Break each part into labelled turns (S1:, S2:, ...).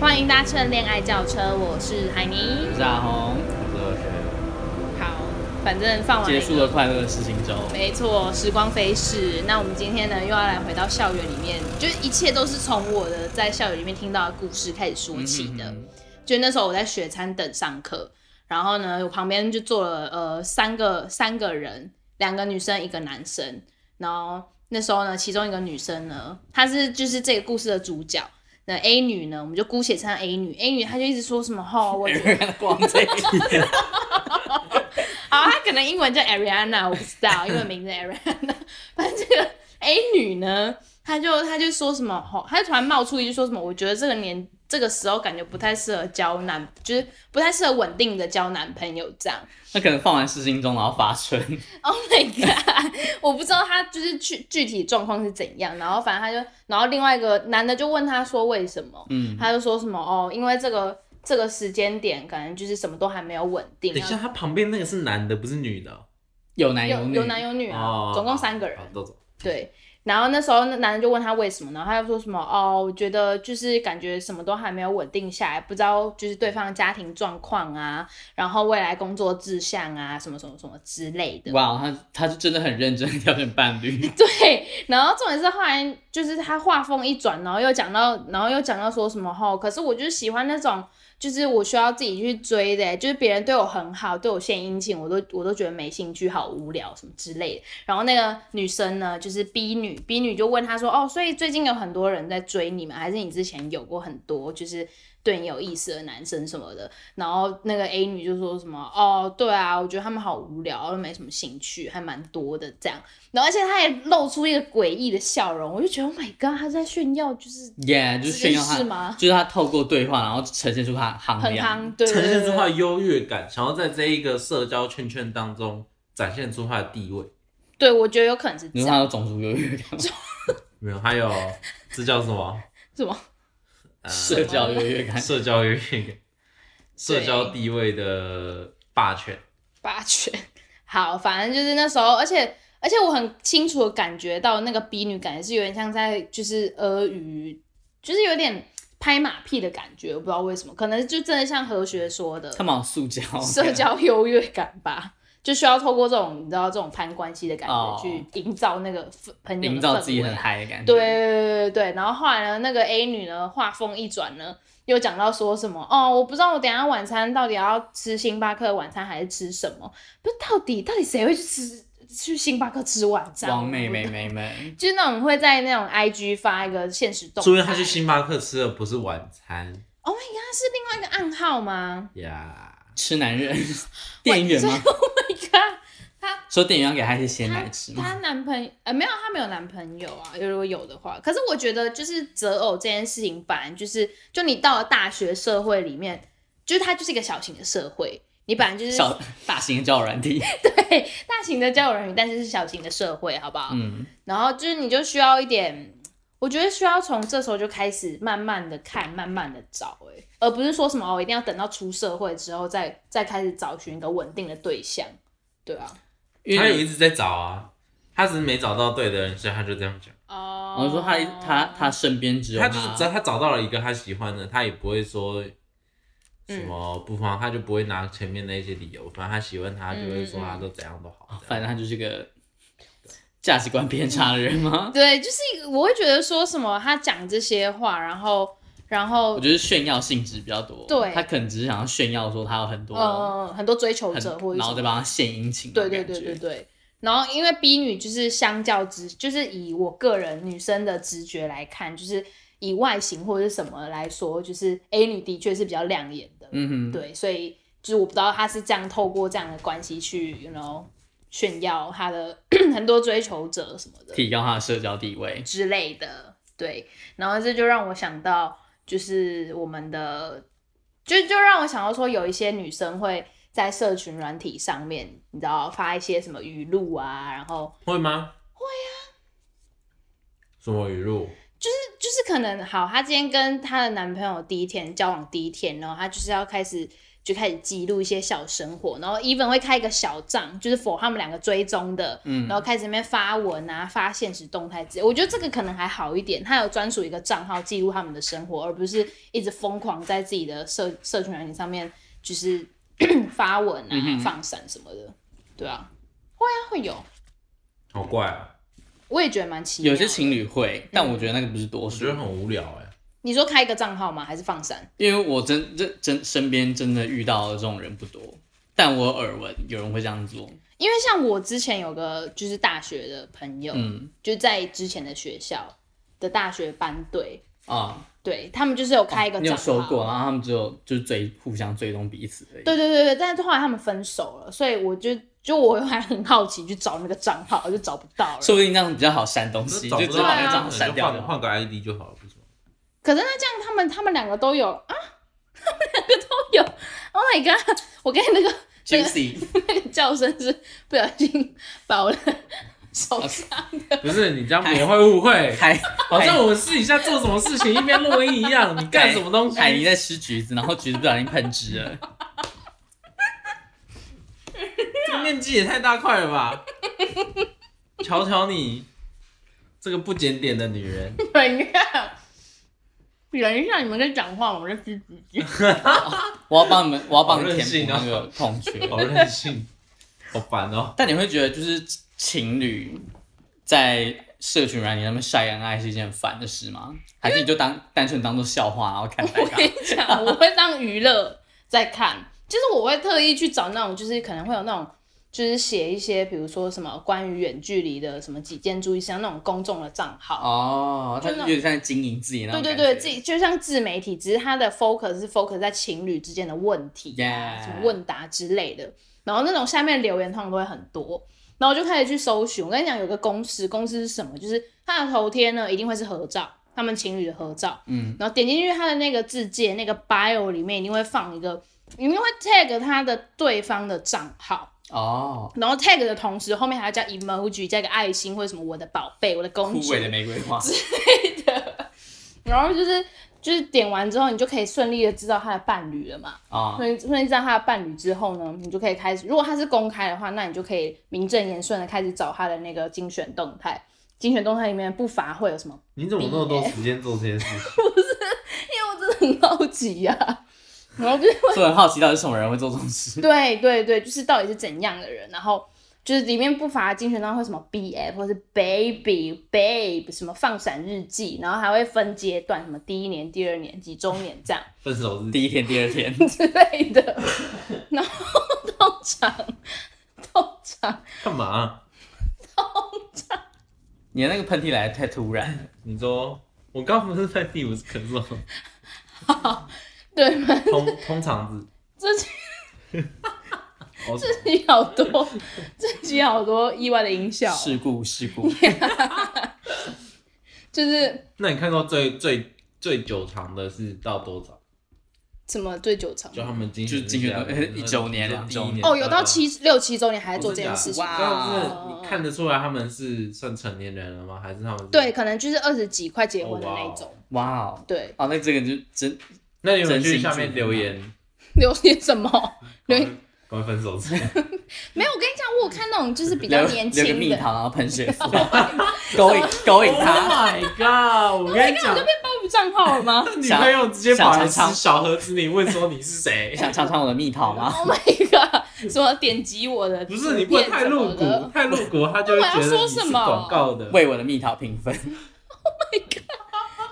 S1: 欢迎搭乘恋爱轿车，我是海尼
S2: 我。是阿红，我是
S1: 好，反正放完
S2: 结束了快乐的事情之后，
S1: 没错，时光飞逝。那我们今天呢，又要来回到校园里面，就是一切都是从我的在校园里面听到的故事开始说起的。
S2: 嗯哼
S1: 就那时候我在雪餐等上课，然后呢，我旁边就坐了呃三个三个人，两个女生一个男生。然后那时候呢，其中一个女生呢，她是就是这个故事的主角。那 A 女呢，我们就姑且称她 A 女。A 女她就一直说什么哦， 我
S2: 有人看光这一集，
S1: 好，她啊可能英文叫 Ariana，我不知道，英文名字 Ariana。反正这个 A 女呢，她就她就说什么，吼，她就突然冒出一句说什么，我觉得这个年这个时候感觉不太适合交男，就是不太适合稳定的交男朋友这样。
S2: 他可能放完事情中然后发春，
S1: Oh my god！我不知道他就是具具体状况是怎样，然后反正他就，然后另外一个男的就问他说为什么，
S2: 嗯，
S1: 他就说什么哦，因为这个这个时间点感觉就是什么都还没有稳定啊
S3: 等一，下，他旁边那个是男的，不是女的哦。
S2: 有男
S1: 有
S2: 女，
S1: 有男有女啊，
S3: 哦
S1: 总共三个人
S3: 好，，豆总，
S1: 对。然后那时候那男的就问他为什么，然后他就说什么哦，我觉得就是感觉什么都还没有稳定下来，不知道就是对方的家庭状况啊，然后未来工作志向啊，什么什么什么之类的。
S2: 哇，他他就真的很认真地挑选伴 侣，
S1: 对，然后重点是后来就是他话锋一转，然后又讲到，然后又讲到说什么吼，可是我就是喜欢那种，就是我需要自己去追的，就是别人对我很好，对我献殷勤，我都我都觉得没兴趣，好无聊什么之类的。然后那个女生呢，就是 B 女，B 女就问他说，哦，所以最近有很多人在追你吗？还是你之前有过很多就是对你有意思的男生什么的？然后那个 A 女就说什么，哦，对啊，我觉得他们好无聊，都没什么兴趣，还蛮多的这样。然后而且他也露出一个诡异的笑容，我就觉得 Oh my god，他在炫耀，就是
S2: 耶，就是炫耀
S1: 这件事
S2: 他，
S1: 吗
S2: 就是他透过对话然后呈现出他
S1: 很
S2: 行
S1: 夯
S2: 样，，
S1: 对
S3: 呈
S1: 对对
S3: 现出他的
S1: 对，
S3: 优越感，想要在这一个社交圈圈当中展现出他的地位。
S1: 对我觉得有可能是这
S2: 你说他
S1: 样，
S2: 有种族优越 感吗，
S3: 没有，还有这叫什 么？
S1: 什么
S3: 呃
S2: 社交优越 感，
S3: 社交优越感，社交地位的霸权。
S1: 霸权？好，反正就是那时候，而且而且我很清楚的感觉到那个 B 女感觉是有点像在就是阿谀，就是有点拍马屁的感觉，我不知道为什么，可能就真的像何学说的，
S2: 他们有塑胶，
S1: 社交优越感吧，就需要透过这种你知道这种攀关系的感觉
S2: 哦
S1: 去营造那个氛朋友的
S2: 营造
S1: 氛
S2: 自己很
S1: 围
S2: 嗨的感觉，
S1: 对对对对对，然后后来呢，那个 A 女呢话锋一转呢，又讲到说什么哦，我不知道我等一下晚餐到底要吃星巴克晚餐还是吃什么，不是到底到底谁会去吃去星巴克吃晚餐？
S2: 王妹妹，妹妹，
S1: 就是那种会在那种 IG 发一个现实动态，
S3: 说明他去星巴克吃的不是晚餐
S1: Oh my god，是另外一个暗号吗
S3: 呀。
S2: 吃 男人，店员吗？
S1: ？Oh my god，
S2: 说店员要给他一些鲜
S1: 她
S2: 奶吃吗？
S1: 她男朋友呃没有，她没有男朋友啊。如果有的话，可是我觉得就是择偶这件事情，本来就是就你到了大学社会里面，就是它就是一个小型的社会，你本来就是
S2: 小大型的交友软体，
S1: 对大型的交友人员，但是是小型的社会，好不好？
S2: 嗯，
S1: 然后就是你就需要一点，我觉得需要从这时候就开始慢慢的看，慢慢的找、欸，而不是说什么哦，一定要等到出社会之后再再开始找寻一个稳定的对象，对啊。
S2: 因
S3: 他也
S2: 为
S3: 一直在找啊，他只是没找到对的人，所以他就这样讲。
S1: 哦
S2: 我说他他他身边只有
S3: 他就是只要他找到了一个他喜欢的，他也不会说
S2: 嗯
S3: 什么不方，他就不会拿前面那些理由，反正他喜欢他就会
S2: 嗯
S3: 说他都怎样都好。这样
S2: 哦反正他就是个价值观偏差的人 吗？
S1: 对，就是一个我会觉得说什么他讲这些话，然后然后
S2: 我觉得炫耀性质比较多，
S1: 对
S2: 他可能只是想要炫耀说他有很多，
S1: 呃很多追求
S2: 很
S1: 者或者
S2: 然后
S1: 什
S2: 再
S1: 么，
S2: 帮他献殷勤
S1: 对
S2: 的
S1: 对
S2: 感觉，
S1: 对对对。然后因为 B 女就是相较之，就是以我个人女生的直觉来看，就是以外形或者是什么来说，就是 A 女的确是比较亮眼的，
S2: 嗯哼，
S1: 对，所以就是我不知道她是这样透过这样的关系去，you know，炫耀她的 很多追求者什么的。
S2: 提高他的社交地位，
S1: 之类的，对。然后这就让我想到，就是我们的，就就让我想到说，有一些女生会在社群软体上面，你知道发一些什么语录啊，然后
S3: 会吗？会啊。什么语录？
S1: 就是可能好，她今天跟她的男朋友第一天交往第一天，然后她就是要开始就开始记录一些小生活，然后 even 会开一个小账，就是 for 他们两个追踪的，嗯，然后开始那边发文啊，发现实动态之类。我觉得这个可能还好一点，他有专属一个账号记录他们的生活，而不是一直疯狂在自己的社社群软件上面就是 发文
S2: 嗯
S1: 啊、放闪什么的，对啊，会啊会有，
S3: 好怪啊！
S1: 我也觉得蛮奇妙
S2: 有
S1: 的。
S2: 些情侣
S1: 嗯
S2: 会，但我觉得那个不是多
S3: 我
S2: 数
S3: 觉，得很无聊哎、
S1: 你说开一个账号吗？还是放闪？
S2: 因为我真真真身边真的遇到的这种人不多，但我有耳闻有人会这样做。
S1: 因为像我之前有个就是大学的朋友，
S2: 嗯
S1: 就在之前的学校的大学班队，
S2: 啊，
S1: 对他们就是有开一个
S2: 哦你
S1: 账
S2: 有
S1: 号。
S2: 收过，啊然后他们只有就是追互相追踪彼此而已。
S1: 对对对对，但是后来他们分手了，所以我就就我还很好奇去找那个账号，就找不到了。
S2: 说不定这样比较好删东西，
S3: 找
S2: 就
S3: 不
S2: 直接
S3: 到
S2: 把
S1: 啊
S2: 那个账号
S3: 那
S2: 删
S3: 就
S2: 掉就
S3: 换
S2: 好。
S3: 换个 ID 就好了，不是吗？
S1: 可是那这样他们他们两个都有啊，他们两个都有。Oh my god！我刚才那个
S2: Juicy，
S1: 那个叫声是不小心把我的手
S2: 啊
S1: 上
S3: 不是你这样也会误会，
S2: 海
S3: 好
S1: 哎
S3: 像我们私底下做什么事情一边录音一样。你干什么东西？
S2: 海尼在吃橘子，然后橘子不小心喷汁了。
S3: 这个面积也太大块了吧！瞧瞧你，这个不检点的女人，
S1: 等一下，等一下，你们在讲话，我在吃橘子。
S2: 我要帮你们，我要帮
S3: 好
S2: 你
S3: 任
S2: 填
S3: 性
S2: 补
S3: 啊
S2: 那个空缺。
S3: 好任性， 好烦哦。
S2: 但你会觉得就是情侣在社群软件上面晒恩爱是一件很烦的事吗？还是你就当单纯当做笑话，然后看大
S1: 我跟
S2: 家
S1: 你讲， 我会当娱乐在看。其实我会特意去找那种，就是可能会有那种，就是写一些，比如说什么关于远距离的什么几件注意事项那种公众的账号。
S2: 哦，他
S1: 就那
S2: 有点像经营自己那
S1: 对
S2: 种
S1: 对
S2: 感觉。
S1: 对，自己就像自媒体，只是它的 focus 是 focus 在情侣之间的问题啊
S2: Yeah
S1: 什么问答之类的。然后那种下面留言通常都会很多，然后我就开始去搜寻。我跟你讲，有个公司，公司是什么？就是它的头贴呢，一定会是合照，他们情侣的合照。
S2: 嗯，
S1: 然后点进去它的那个字界那个 bio 里面一定会放一个，一定会 tag 他的对方的账号，
S2: 哦，
S1: 然后 tag 的同时后面还要加 emoji 加一个爱心或者什么我的宝贝我的
S2: 枯
S1: 公主
S2: 萎，的玫瑰花，
S1: 然后就是就是点完之后你就可以顺利的知道他的伴侣了嘛，
S2: 啊，
S1: 顺利顺利知道他的伴侣之后呢，你就可以开始，如果他是公开的话，那你就可以名正言顺的开始找他的那个精选动态。精选动态里面不乏会有什么？
S3: 你怎么那么多时间做这件事情？
S1: 因为我真的很好奇呀、啊然后就
S2: 所以很好奇到底是什么人会做这种事。
S1: 对对对，就是到底是怎样的人，然后就是里面不乏精选到会什么 BF 或是 Baby Babe 什么放闪日记，然后还会分阶段，什么第一年、第二年、几周年这样
S3: 分手日记
S2: 第一天、第二天，
S1: 之类的。 然后通常通常
S3: 干嘛？啊
S2: 你的那个喷嚏来的太突然了，
S3: 你说我刚不是在第五十可是 我
S1: 对吗？
S3: 通通常哦日，
S1: 这集
S3: 我
S1: 这集好多，这集好多意外的音效，
S2: 事故事 故，
S1: 就是
S3: 那你看过最最最久长的是到多少？
S1: 什么最久长
S3: 就。他们今
S2: 就是今年的一九年啊两周年
S1: 哦，有到七哦六七周年还在做这件
S3: 哦
S1: 事情，
S2: 哇
S3: 啊
S2: 哦
S3: 哇！你看得出来他们是算成年人了吗？还是他们是
S1: 对，？可能就是二十几快结婚的那一种，
S2: 哇哦，
S1: 对，
S2: 哦，那这个就真
S3: 那你们
S2: 真
S3: 去
S2: 心
S3: 下
S2: 祝
S3: 面
S2: 福
S3: 留
S2: 吗
S3: 言，
S1: 留些什么？留言
S3: 赶快分手之类的。
S1: 没有，我跟你讲，我有看那种就是比较
S2: 留
S1: 年
S2: 留个
S1: 轻
S2: 蜜
S1: 的，
S2: 桃，然后喷血符， 勾引勾引他，
S3: ？Oh my god！我跟你讲，
S1: 报不账号了吗
S3: 女朋友直接跑来
S2: 想尝
S3: 吃
S2: 尝
S3: 小盒子，你问说你是谁
S2: 你？想尝尝我的蜜桃吗？
S1: ？Oh my god！什么点击我的？
S3: 不是你不能太露骨，。太露骨，他就会
S1: 我
S3: 觉
S1: 要
S3: 得
S1: 说
S3: 你是
S1: 什么
S3: 广告的。
S2: 为我的蜜桃评分，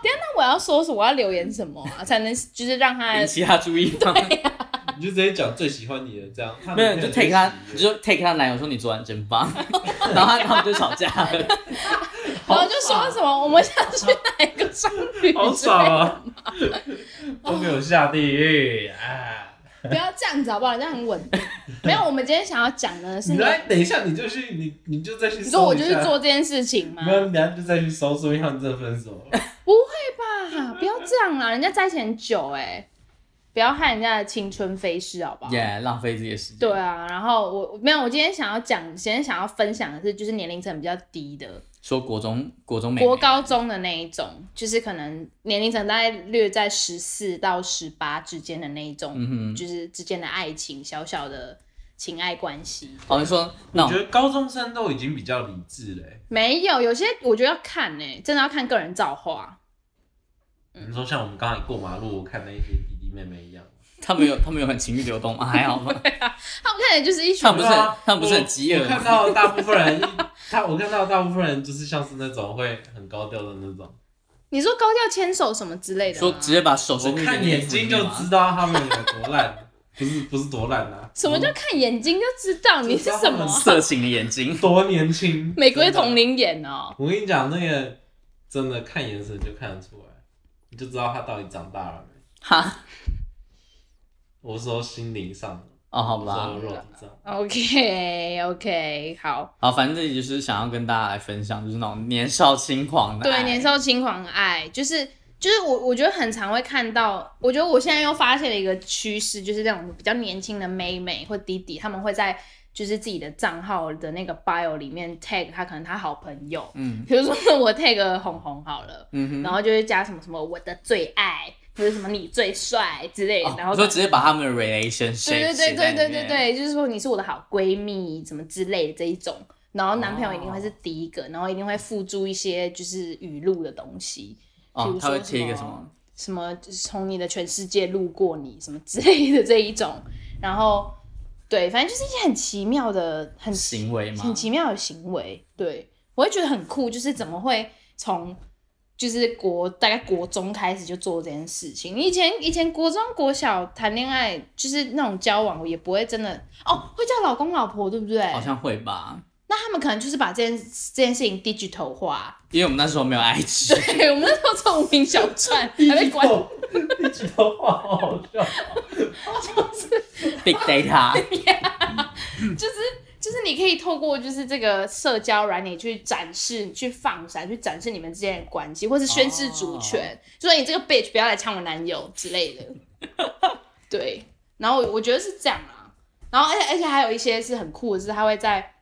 S1: 那我要说什么？我要留言什么啊？才能就是让他
S2: 引起他注意吗？
S3: 你就直接讲最喜欢你的这样，他
S2: 没有，你
S3: 女
S2: 就
S3: 朋友
S2: take 他，
S3: 喜
S2: 你就 take 他男友说你昨晚 真棒，然后他他们就吵架了。
S1: 然后就说什么我们想去哪一个商旅
S3: 欢好
S1: 之
S3: 爽
S1: 类的？
S3: 啊！ 都没有下地狱啊！
S1: 不要这样子好不好？这样很 稳定。没有，我们今天想要讲的是
S3: 你，来，等一下，你就去，你你就再去
S1: 你说我
S3: 搜一
S1: 就
S3: 下。
S1: 去做这件事情吗？
S3: 没有，你等一下就再去搜，说明他们真的分手了。
S1: 不会吧？不要这样啦，人家在一起很久哎、不要害人家的青春飞逝好不好？
S2: 耶，浪费自己的时间。
S1: 对啊，然后我没有，我今天想要讲，今天想要分享的是，就是年龄层比较低的，
S2: 说国中国中妹妹
S1: 国高中的那一种，就是可能年龄层大概略在十四到十八之间的那一种，
S3: 嗯
S1: 就是之间的爱情，小小的情爱关系。
S2: 哦，你说那
S4: 我
S2: 种
S4: 觉得高中生都已经比较理智
S3: 欸
S4: 嘞、
S1: 没有，有些我觉得要看呢、真的要看个人造化。嗯
S4: 你说像我们刚才过马路，我看那些弟弟妹妹一样，
S2: 他们有他们有很情欲流动吗？还好 吧，
S1: 他们看起来就是一群
S2: 他们不是
S4: 对
S2: 很
S4: 啊
S2: 他们不是很饥
S4: 我
S2: 饿
S4: 看
S2: 吗？
S4: 到大部分人 一，他我看到大部分人就是像是那种会很高调的那种，
S1: 你说高调牵手什么之类的啊吗，
S2: 说直接把手
S4: 啊我
S2: 伸进
S4: 看
S2: 你的衣
S4: 眼
S2: 服
S4: 睛
S2: 里
S4: 就
S2: 面吗
S4: 知道他们有多烂，不是不是多烂啊，
S1: 什么叫看眼睛就知道你是什么
S4: 就知道他们
S1: 啊
S2: 色情的眼睛。
S4: 多年轻？
S1: 玫瑰
S4: 真的
S1: 同龄眼哦、
S4: 我跟你讲，那个真的看眼神就看得出来，你就知道他到底长大了没。
S2: 哈，
S4: 我是说心灵上的，
S2: 哦，好
S4: 我是
S2: 吧
S4: 说，肉体上的。
S1: OK OK，好，
S2: 好，啊反正这里就是想要跟大家来分享，就是那种年少轻狂的爱，哦
S1: 对，年少轻狂爱就是。就是我，我觉得很常会看到，我觉得我现在又发现了一个趋势，就是那种比较年轻的妹妹或弟弟，他们会在就是自己的账号的那个 bio 里面 tag 他可能他好朋友，
S2: 嗯
S1: 比如说我 tag 红红好了，
S2: 嗯哼，
S1: 然后就会加什么什么我的最爱，或者什么你最帅之类的，
S2: 哦
S1: 然后
S2: 你说直接把他们的 relationship
S1: 对对
S2: 写在
S1: 对对
S2: 里
S1: 对对
S2: 面，
S1: 对，就是说你是我的好闺蜜，什么之类的这一种，然后男朋友一定会是
S2: 哦
S1: 第一个，然后一定会附注一些就是语录的东西，比
S2: 哦
S1: 如，
S2: 他会
S1: 说
S2: 贴一个
S1: 什
S2: 什
S1: 么
S2: 么？
S1: 什么就是从你的全世界路过你什么之类的这一种，然后对，反正就是一些很奇妙的很奇
S2: 行为吗
S1: 很？奇妙的行为，对我会觉得很酷，就是怎么会从就是国大概国中开始就做这件事情？你以前以前国中国小谈恋爱，就是那种交往也不会真的哦，会叫老公老婆，对不对？
S2: 好像会吧，
S1: 那他们可能就是把这件这件事情 digital 化，
S2: 因为我们那时候没有 IG，
S1: 对我们那时候做无名小串还被关，
S4: 一直都话好好笑。
S2: big data，
S1: 就是。就是你可以透过就是这个社交软体去展示、去放闪、去展示你们之间的关系，或是宣示主权，就说你这个 bitch 不要来抢我男友之类的。 对，然后我我觉得是这样啊。然后而且而且还有一些是很酷的是，他会在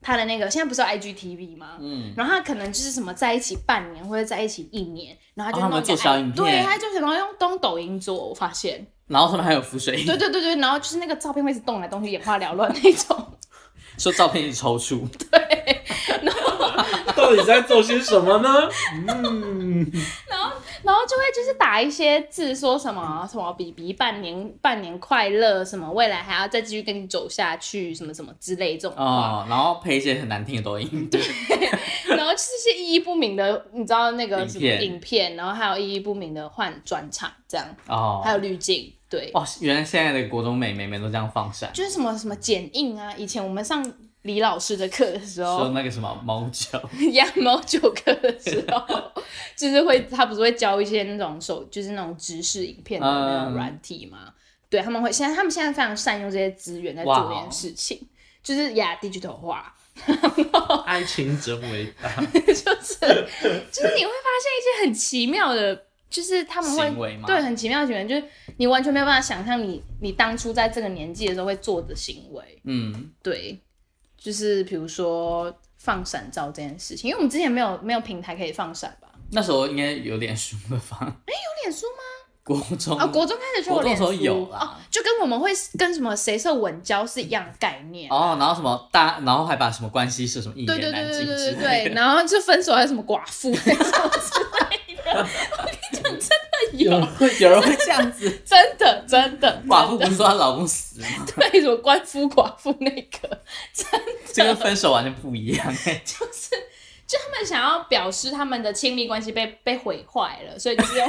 S1: 他的那个现在不是有 IGTV 吗？
S2: 嗯，
S1: 然后他可能就是什么在一起半年或者在一起一年，然后
S2: 哦
S1: 就
S2: 他
S1: 弄
S2: 们
S1: 一个
S2: 做小
S1: I-
S2: 影片
S1: 对，他就什么用东抖音做，我发现。
S2: 然后他们还有浮水印
S1: 对，对对对，然后就是那个照片会一直动来动去，眼花缭乱那种。
S2: 说照片一直抽搐，
S4: 到底在做些什么呢？嗯，
S1: 然后就会就是打一些字，说什么什么比比半年半年快乐，什么未来还要再继续跟你走下去，什么什么之类这种话，
S2: 哦，然后配一些很难听的抖音，对，
S1: 然后就是一些意义不明的，你知道那个
S2: 影
S1: 什么
S2: 片
S1: 影片，然后还有意义不明的换转场这样，
S2: 哦
S1: 还，有滤镜，对，
S2: 哇，原来现在的国中美眉们都这样放闪，
S1: 就是什么什么剪映啊，以前我们上李老师的课的时
S2: 说
S1: 候，
S2: 那个什么猫脚，
S1: 养猫九课的时 候，就是会他不是会教一些那种手，就是那种知识影片的那
S2: 嗯
S1: 种软体嘛？对，他们会现在他们现在非常善用这些资源在做
S2: 哇哦
S1: 这件事情，就是呀，digital 化，
S4: 爱情真伟大。
S1: 就是就是你会发现一些很奇妙的，就是他们
S2: 行为
S1: 会
S2: 吗
S1: 对很奇妙的行为，就是你完全没有办法想象你你当初在这个年纪的时候会做的行为，
S2: 嗯，
S1: 对，就是比如说放闪照这件事情，因为我们之前没有没有平台可以放闪吧。
S2: 那时候应该有脸书了吧？
S1: 有脸书吗？
S2: 国中
S1: 啊，国中开始就
S2: 哦国
S1: 有脸
S2: 中的时
S1: 书
S2: 候有啦
S1: 哦，就跟我们会跟什么谁设稳交是一样的概念。
S2: 哦，然后什么大，然后还把什么关系是什么一
S1: 对
S2: 言
S1: 对对
S2: 难
S1: 对
S2: 尽
S1: 对
S2: 之
S1: 对
S2: 类
S1: 对，
S2: 的，
S1: 然后就分手还有什么寡 妇什么之类的，我跟你讲，真的有，
S2: 会 有人会这样子。
S1: 真的真的
S2: 寡
S1: 真
S2: 妇不
S1: 的
S2: 是说她老公死吗？
S1: 对什么官夫寡妇那个，
S2: 这跟分手完全不一 样哎、
S1: 就他们想要表示他们的亲密关系被被毁坏了，所以就是用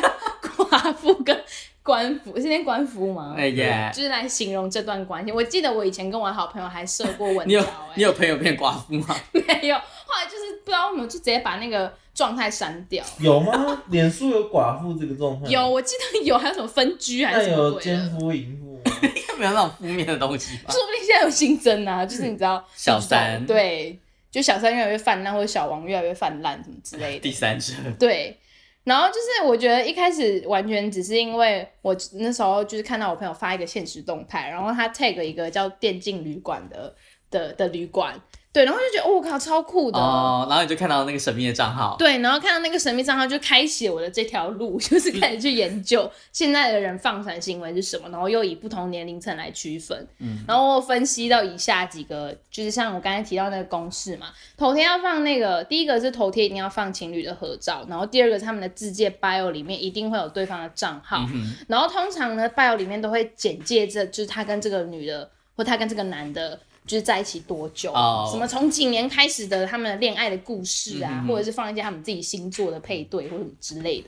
S1: 寡妇跟官夫，是念官夫吗？
S2: 哎呀，
S1: 就是来形容这段关系。我记得我以前跟我好朋友还设过稳
S2: 你
S1: 交、
S2: 有
S1: 欸，
S2: 你有朋友变寡妇吗？
S1: 没有，后来就是不知道为什么就直接把那个状态删掉。
S4: 有吗？脸书有寡妇这个状态？
S1: 有，。我记得有，还有什么分居
S4: 嗯
S1: 还
S4: 那
S1: 是什么
S4: 有
S1: 鬼
S4: 奸
S1: 的，
S4: 夫淫妇吗？
S2: 应该没有那种负面的东西吧？
S1: 说不定现在有新增啊，
S4: 嗯
S1: 就是你知道
S2: 小三，，
S1: 对，就小三越来越泛滥，或者小王越来越泛滥什么之类
S2: 第
S1: 的，
S2: 三者，
S1: 对。然后就是，我觉得一开始完全只是因为我那时候就是看到我朋友发一个现实动态，然后他 tag 一个叫电竞旅馆的的的旅馆，对，然后就觉得哦，我靠，超酷的。
S2: 哦，然后你就看到那个神秘的账号，
S1: 对，然后看到那个神秘账号，就开启了我的这条路， 就是开始去研究现在的人放闪行为是什么，然后又以不同年龄层来区分。嗯，然后我分析到以下几个，就是像我刚才提到那个公式嘛，头贴要放那个，第一个是头贴一定要放情侣的合照，然后第二个是他们的自介 bio 里面一定会有对方的账号，然后通常呢 bio 里面都会简介这就是他跟这个女的或他跟这个男的。就是在一起多久
S2: 哦
S1: 什么从几年开始的他们的恋爱的故事
S3: 嗯
S1: 啊，或者是放一些他们自己星座的配对或什么之类的。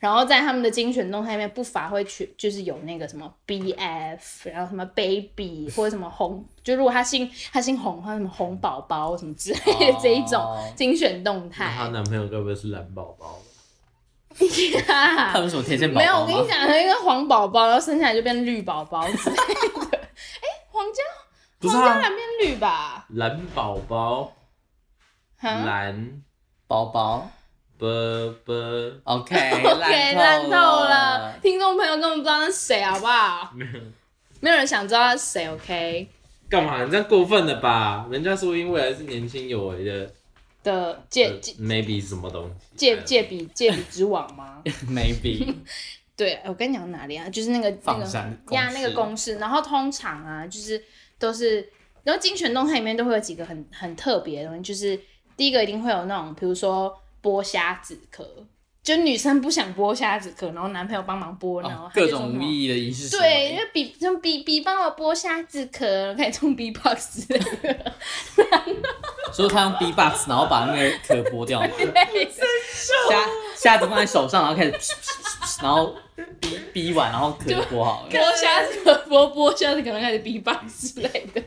S1: 然后在他们的精选动态里面不乏会去，就是有那个什么 BF，然后什么
S3: 嗯
S1: baby 或者什么红，就如果他姓他姓红，他什么红宝宝什么之类的
S2: 哦
S1: 这一种精选动态
S3: 那。她男朋友该不会是蓝宝宝？
S1: 哈
S2: 他们什么天线 宝
S1: 啊没有，我
S2: 宝
S1: 跟你
S2: 吗？
S1: 讲，一个黄宝宝，然后生下来就变绿宝宝之类的。哎、 黄家
S3: 不是
S1: 黄家
S3: 啊，
S1: 蓝变绿吧？
S3: 蓝宝宝，
S1: 哈
S3: 蓝
S2: 宝宝
S3: 啵啷
S2: ，OK，
S1: OK，烂透了，，听众朋友根本不知道那是谁，好不好？没有，人想知道他是谁，OK
S3: 干嘛？你这样过分了吧？人家说因未来是年轻有为的
S1: 的
S3: 呃
S1: 借借
S3: ，maybe 什么东西？
S2: 哎
S3: 哎
S1: 借借笔借笔之王 吗？
S2: maybe
S1: 对，我跟你讲哪里啊？就是那个那
S2: 放
S1: 个
S2: 闪公
S1: 呀
S2: 式
S1: 那个公式，然后通常啊，就是都是，然后精选动态里面都会有几个很很特别的东西，就是第一个一定会有那种，比如说剥虾子壳，就女生不想剥虾子壳，然后男朋友帮忙剥，然后
S2: 哦
S1: 他就
S2: 各
S1: 说什
S2: 种无
S1: 么
S2: 意义的仪式行
S1: 对，因
S2: 为，
S1: 为比就比比帮我剥虾子壳，开始用 B box
S2: 所以他用 B box，然后把那个壳剥 掉嘛，虾虾子放在手上，然后开始， 然后逼逼完，然后壳就剥好了。
S1: 剥虾子壳剥剥虾子可能开始 B box 之类的。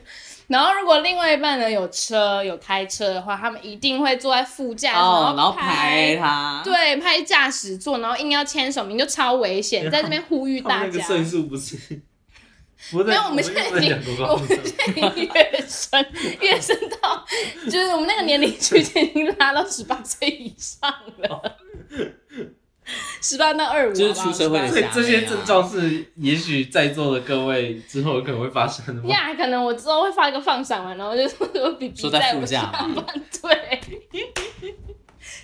S1: 然后如果另外一半呢有车有开车的话，他们一定会坐在副驾，
S2: 哦，然后
S1: 拍
S2: 拍它，
S1: 对，啊拍驾驶座，然后硬要签手名，就超危 险。在这边呼吁
S3: 啊他
S1: 大
S3: 们那个
S1: 家，
S3: 岁数不是？不对，
S1: 没有我们现在已经
S3: 不能讲国高中生
S1: 越深越深到，就是我们那个年龄区间已经拉到十八岁以上了，十八到二五，
S2: 哦就是出社会的
S1: 好不好
S2: 人
S3: 所以这
S2: 瑕疵
S3: 些
S2: 啊
S3: 症状是，也许在座的各位之后可能会发生 的吗？
S1: 呀可能我之后会发一个放闪文，然后就说我比比
S2: 说在
S1: 我
S2: 副
S1: 下
S2: 驾嘛
S1: 班，对，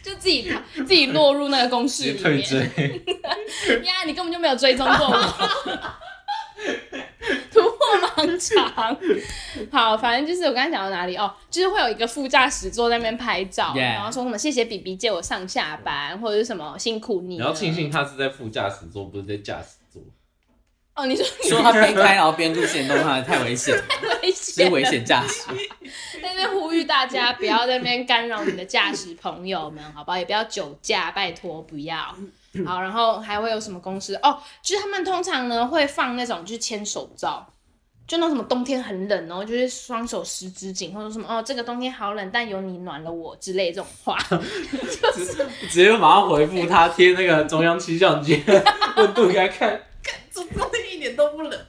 S1: 就自己自己落入那个公式
S3: 直接
S1: 里
S3: 退
S1: 面。
S3: 追，
S1: 呀，你根本就没有追踪过我， 突破盲肠。好，反正就是我刚才讲到哪里哦，就是会有一个副驾驶座在那边拍照
S2: Yeah
S1: 然后说什么谢谢比比借我上下班，或者是什么辛苦你
S3: 你
S1: 了。
S3: 要庆幸他是在副驾驶座，不是在驾驶座。
S1: 哦，你说你
S2: 说他边开然后边录行动，它太危险 了，
S1: 危
S2: 这
S1: 险
S2: 是，危险驾驶。
S1: 在那边呼吁大家不要在那边干扰你的驾驶朋友们，好不好？也不要酒驾，拜托不要。好，然后还会有什么公司？哦，就是他们通常呢会放那种就是牵手照，就那种什么冬天很冷哦，就是双手十指紧，或者什么哦这个冬天好冷，但有你暖了我之类这种话。
S3: 直接马上回复他贴那个中央气象 局温度给他看，这东西一点都不冷。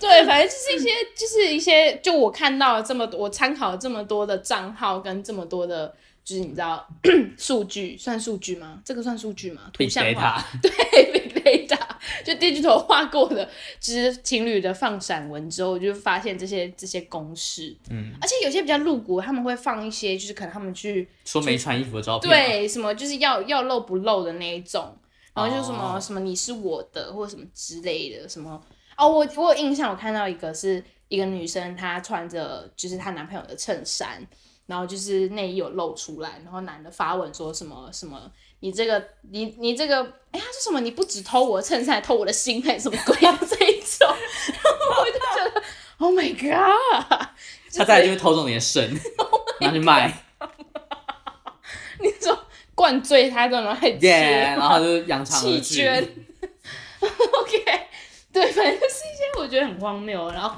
S1: 对，反正就是一些，就是一些，就我看到了这么多，我参考了这么多的账号跟这么多的，就是你知道 数据，算数据吗？这个算数据吗？图
S2: Big
S1: 像化
S2: data，
S1: Big Data，就 digital 画过的，就是情侣的放闪文之后，我就发现这些这些公式，嗯，而且有些比较露骨，他们会放一些，就是可能他们去
S2: 说没穿衣服的照片，，
S1: 对什么，就是要要露不露的那一种，然后就什么、
S2: 哦
S1: 什么你是我的，或者什么之类的，什么哦，我我有印象，我看到一个是一个女生，她穿着就是她男朋友的衬衫，然后就是内衣有露出来，然后男的发文说什么什么。你这个，你你这个，哎、呀，他说什么？你不只偷我的衬衫，还偷我的心，还是什么鬼啊？这一种， 然后我就觉得，Oh my god！
S2: 他再来就会偷走你的肾， 拿去卖
S1: 你说灌醉他这种，还切
S2: 耶，然后就扬长而
S1: 弃
S2: 去。
S1: 捐。OK，对，反正就是一些我觉得很荒谬，然后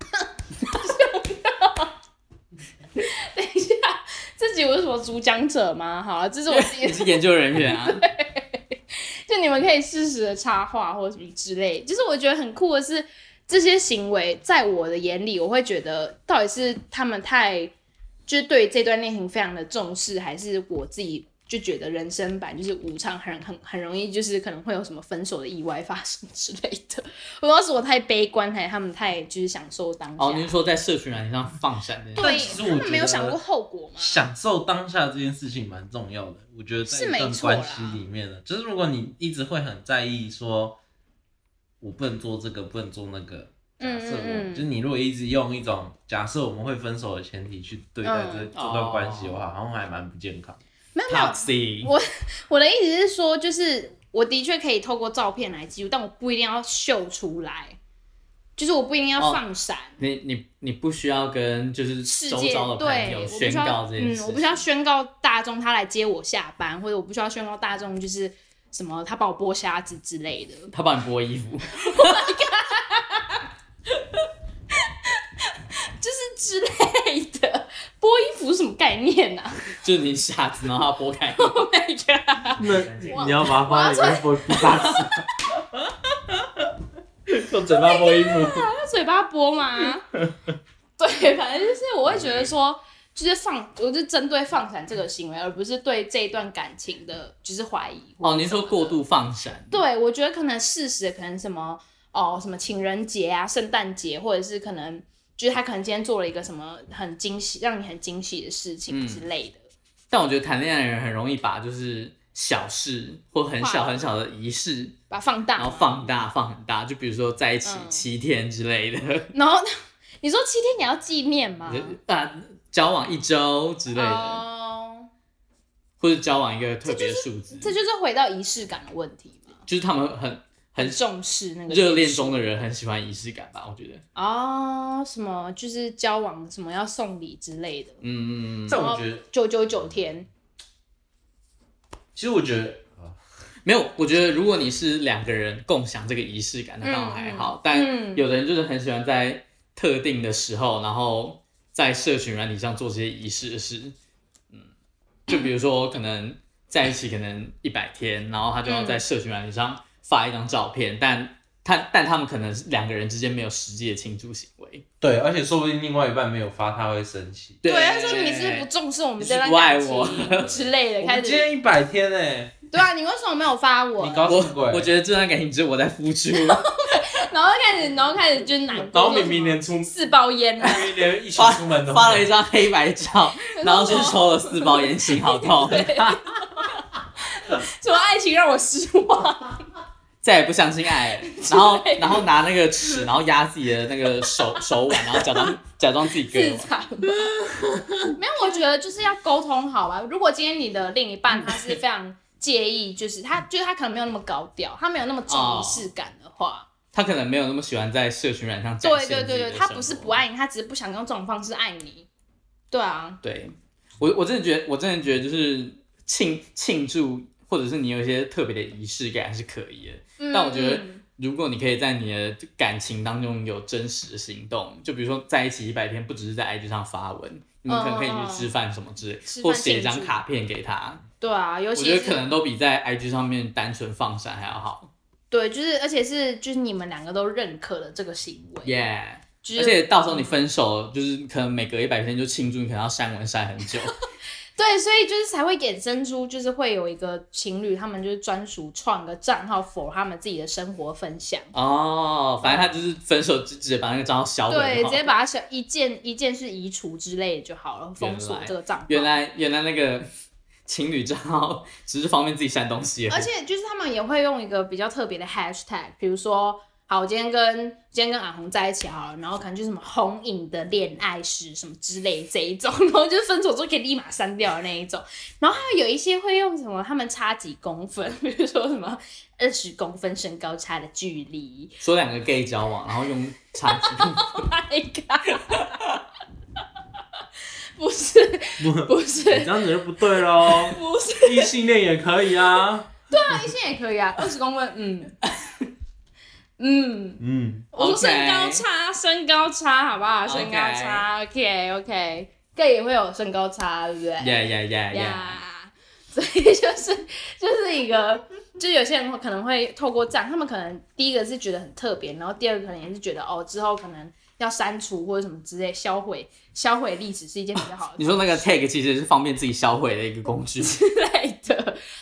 S1: 等一下，自己有什么主讲者吗？好了，这是我自己
S2: 你是研究人员啊，
S1: 就你们可以适时的插话或者什么之类。就是我觉得很酷的是，这些行为在我的眼里，我会觉得到底是他们太就是对这段恋情非常的重视，还是我自己就觉得人生版就是无常很，很很容易就是可能会有什么分手的意外发生之类的。我不知道是我太悲观，还是他们太就是享受当下。
S2: 哦，您说在社群软件上放闪的，
S1: 对，
S4: 其实我
S1: 他们没有
S4: 觉得
S1: 想过后果吗？
S4: 享受当下这件事情蛮重要的，我觉得在
S1: 是
S4: 一
S1: 没
S4: 段
S1: 错啦
S4: 关系里面呢，就是如果你一直会很在意说，我不能做这个，不能做那个。假
S1: 嗯
S4: 设我，
S1: 嗯嗯
S4: 就是你如果一直用一种假设我们会分手的前提去对待这、
S1: 嗯
S4: 这段关系的话，好像还蛮不健康。
S1: 没有没有，
S2: Taxi，
S1: 我我的意思是说，就是我的确可以透过照片来记录，但我不一定要秀出来，就是我不一定要
S2: 哦
S1: 放闪。
S2: 你你你不需要跟就是
S1: 世
S2: 周
S1: 界
S2: 遭的朋
S1: 对，
S2: 友
S1: 我不需
S2: 宣
S1: 要
S2: 告这件
S1: 嗯
S2: 事，，
S1: 我不需要宣告大众他来接我下班，或者我不需要宣告大众就是什么他把我剥虾子之类 的。
S2: 他帮你剥衣服，
S1: 之类的。剥衣服是什么概念呢、啊？
S2: 就是你下子，然后他剥开，
S1: Oh my god！
S3: 那
S1: 我
S3: 你要把它放在里面，不不 炸死。用嘴巴剥衣服，
S1: 他嘴巴剥 吗？对，反正就是我会觉得说，就是放，我就针对放闪这个行为，而不是对这一段感情的，就是怀疑。
S2: 哦，您说过度放闪，
S1: 对，我觉得可能事实可能什么哦，什么情人节啊、圣诞节，或者是可能就是他可能今天做了一个什么很惊喜，让你很惊喜的事情
S2: 嗯
S1: 之类的。
S2: 但我觉得谈恋爱的人很容易把就是小事或很小很小的仪式，
S1: 把它放大
S2: 然
S1: 嘛，
S2: 后放大放很大，就比如说在一起
S1: 嗯
S2: 七天之类的，
S1: 然后你说七天你要纪念吗？
S2: 啊，交往一周之类的，
S1: 哦，
S2: 或者交往一个特别数字，
S1: 这就是回到仪式感的问题嘛，
S2: 就是他们很很
S1: 重视那个
S2: 热恋中的人很喜欢仪式感吧，我觉得，
S1: 哦，什么就是交往什么要送礼之类的，
S2: 嗯，
S4: 但我觉得，
S1: 九九九天，
S4: 其实我觉得，
S2: 没有，我觉得如果你是两个人共享这个仪式感，那当然还
S1: 嗯
S2: 好。但有的人就是很喜欢在特定的时候，然后在社群软体上做这些仪式的事。嗯，就比如说可能在一起可能一百天，然后他就要在社群软体上发一张照片，但他但他们可能是两个人之间没有实际的庆祝行为。
S4: 对，而且说不定另外一半没有发，他会生气。
S1: 对，他说你是不是不重视我们这段
S2: 你是不
S1: 感
S2: 爱
S1: 情之类
S4: 我
S1: 的，
S4: 们
S1: 哎开
S4: 今
S1: 始
S4: 天一百天欸呢、
S1: 对啊，你为什么没有发我
S4: 你？搞什么
S2: 我
S4: 鬼？
S2: 我觉得这段感情只有我在付出，
S1: 然后开始，然后开始就是难过，
S4: 然后明明
S1: 说什么
S4: 连出
S1: 四包烟 啊，
S4: 明明连一起
S2: 发
S4: 出门都没有
S2: 发了一张黑 白照，然后就抽了四包烟，心好痛。
S1: 什么爱情让我失 望，
S2: 再也不相信爱 了，然后然后拿那个尺，然后压自己的那 个手手腕，然后假装假装自己割
S1: 自
S2: 腕。
S1: 残吧。没有，我觉得就是要沟通好吧。如果今天你的另一半他是非常介意，就是他
S2: 嗯
S1: 就是他可能没有那么高调，他没有那么重仪式感的话。
S2: 他可能没有那么喜欢在社群软件上展
S1: 对
S2: 现
S1: 对对
S2: 自己
S1: 对，
S2: 的
S1: 他
S2: 生
S1: 不是
S2: 活
S1: 不。爱你，他只是不想用这种方式爱你。对啊，
S2: 对我我真的觉得，我真的觉得就是庆庆祝，或者是你有一些特别的仪式感是可以的。
S1: 嗯
S2: 但我觉得
S1: 嗯
S2: 如果你可以在你的感情当中有真实的行动，就比如说在一起一百天，不只是在 IG 上发文，你们可能可以
S1: 嗯嗯嗯
S2: 去吃饭什么之类，
S1: 吃饭
S2: 或写一张
S1: 庆祝
S2: 卡片给他。
S1: 对啊，尤
S2: 我
S1: 其
S2: 觉
S1: 是
S2: 得可能都比在 IG 上面单纯放闪还要好。
S1: 对，就是而且是就是你们两个都认可了这个行为，
S2: 耶、
S1: 就
S2: 而
S1: 是
S2: 且到时候你分手了，就是可能每隔一百天就庆祝，你可能要删文删很 久。
S1: 对，所以就是才会衍生出就是会有一个情侣，他们就是专属创个账号，for 他们自己的生活分享。
S2: 哦，反正他就是分手就直接把那个账号销毁就好了。
S1: 对，直接把它小一键一键是移除之类的就好了，封锁
S2: 原来
S1: 这个账号。
S2: 原来原来那个情侣账号只是方便自己删东西而
S1: 而
S2: 已。
S1: 且就是他们也会用一个比较特别的 hashtag，比如说，好，我今天跟今天跟阿红在一起好了，然后可能就是什么红影的恋爱史什么之类这一种， 然后就是分手之后可以立马删掉的那一种。然后还有有一些会用什么，他们差几公分， 比如说什么二十公分身高差的距离。
S2: 说两个 gay 交往，然后用差距。
S1: Oh my god！不是，不
S3: 你
S1: 是，
S3: 这样子就不对喽。
S1: 不是，
S3: 异性恋也可以啊。
S1: 那一线也可以啊，二十公分，嗯， 嗯。
S3: 嗯，
S1: 我说
S2: OK
S1: 身高差，身高差，好不好？
S2: OK
S1: 身高差，OK OK，gay 也会有身高差，对不对？
S2: 呀呀呀呀！
S1: 呀，所以就是就是一个，就有些人可能会透过这样，他们可能第一个是觉得很特别，然后第二个可能也是觉得哦，之后可能要删除或者什么之类，销毁销毁历史是一件比较 好的。
S2: 你说那个 tag 其实是方便自己销毁的一个工 具，
S1: 之类的。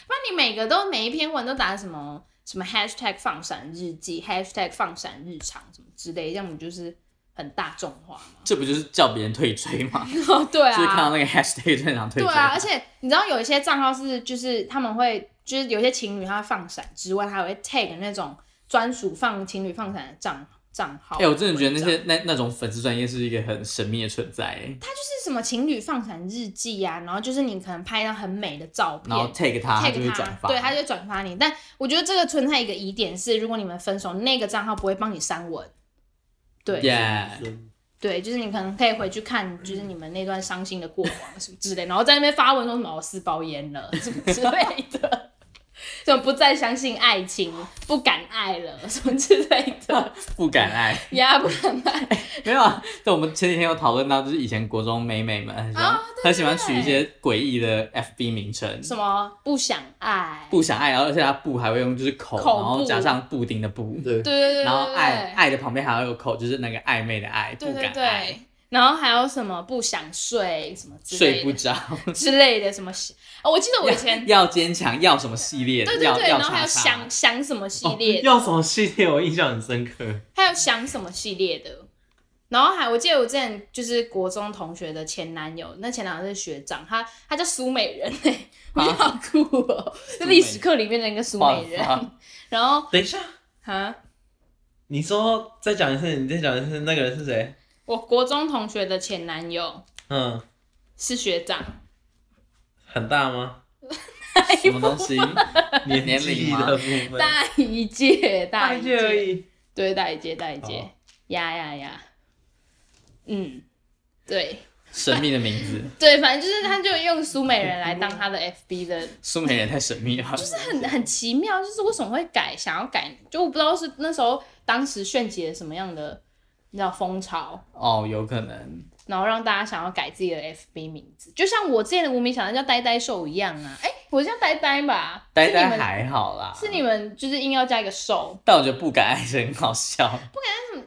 S1: 那你每个都每一篇文都打什么什么 hashtag 放闪日记，hashtag 放闪日常什么之类，这样不就是很大众化吗？
S2: 这不就是叫别人退追吗？
S1: 哦，对
S2: 就是看到那个 hashtag 就很想退
S1: 对
S2: 追。
S1: 啊，而且你知道有一些账号是就是他们会就是有些情侣他放闪之外，他还会 tag 那种专属放情侣放闪的账账号。
S2: 哎、我真的觉得
S1: 文
S2: 那
S1: 章
S2: 些那那种粉丝专业是一个很神秘的存在欸，
S1: 就是什么情侣放闪日记呀、然后就是你可能拍一张很美的照片，
S2: 然后 tag 他，他就
S1: tag
S2: 会
S1: 他，
S2: 转发。
S1: 对，他就会转发你。但我觉得这个存在一个疑点是，如果你们分手，那个账号不会帮你删文。对
S2: Yeah，
S1: 对，就是你可能可以回去看，就是你们那段伤心的过往啊什么之类，然后在那边发文说什么我私包烟了什么之类的，什么不再相信爱情，不敢爱了什么之类的，
S2: 不敢爱，
S1: 呀不敢爱，
S2: 没有啊。对，我们前几天有讨论到，就是以前国中妹妹们很喜欢、
S1: 啊
S2: 很喜欢取一些诡异的 FB 名称，
S1: 什么不想爱，
S2: 不想爱，然后而且他不还会用就是口，
S1: 口
S2: 然后
S1: 部
S2: 加上布丁的布，
S1: 对
S4: 对，
S1: 对对对，
S2: 然后
S1: 对
S2: 爱爱的旁边还要有口，就是那个暧昧的爱，
S1: 对
S2: 不
S1: 对
S2: 敢爱，
S1: 对，然后还有什么不想睡什么之类
S2: 睡不
S1: 的
S2: 着，
S1: 之类的什么想，哦，我记得我以 前
S2: 要坚强，要什么系列的，
S1: 对对
S2: 要
S1: 对，
S2: 要
S1: 然后还有
S2: 叉叉
S1: 想想什么系
S4: 哦
S1: 列的，
S4: 要什么系列？我印象很深刻。
S1: 还有想什么系列的，然后还我记得我之前就是国中同学的前男友，那前男友是学长，他他叫苏美人 哎、我觉得好酷哦、就
S2: 美
S1: 历史课里面的一个苏美人
S2: 哇哇，
S1: 然后
S4: 等一下，
S1: 啊，
S4: 你说再讲一次，你再讲一次，那个人是谁？
S1: 我国中同学的前男友
S4: 嗯，
S1: 是学长，
S4: 很大 吗？
S2: 什么东西？
S4: 年纪的部分，
S1: 大一届，大一
S4: 届而
S1: 届。
S4: 已。
S1: 对，大一届，大一届
S4: 哦，
S1: 呀呀呀，嗯，对
S2: 神秘的名字，
S1: 对，反正就是他就用苏美人来当他的 FB 的，
S2: 苏美人太神秘了，
S1: 就是很很奇妙，就是为什么会改，想要改，就我不知道是那时候当时炫起了什么样的你知道风潮，
S2: 哦，有可能。
S1: 然后让大家想要改自己的 FB 名字，就像我之前的无名小站叫呆呆兽一样啊，哎、我叫呆呆吧，
S2: 呆呆
S1: 是你们
S2: 还好啦，
S1: 是你们就是硬要加一个兽，
S2: 但我觉得不敢爱是很好笑，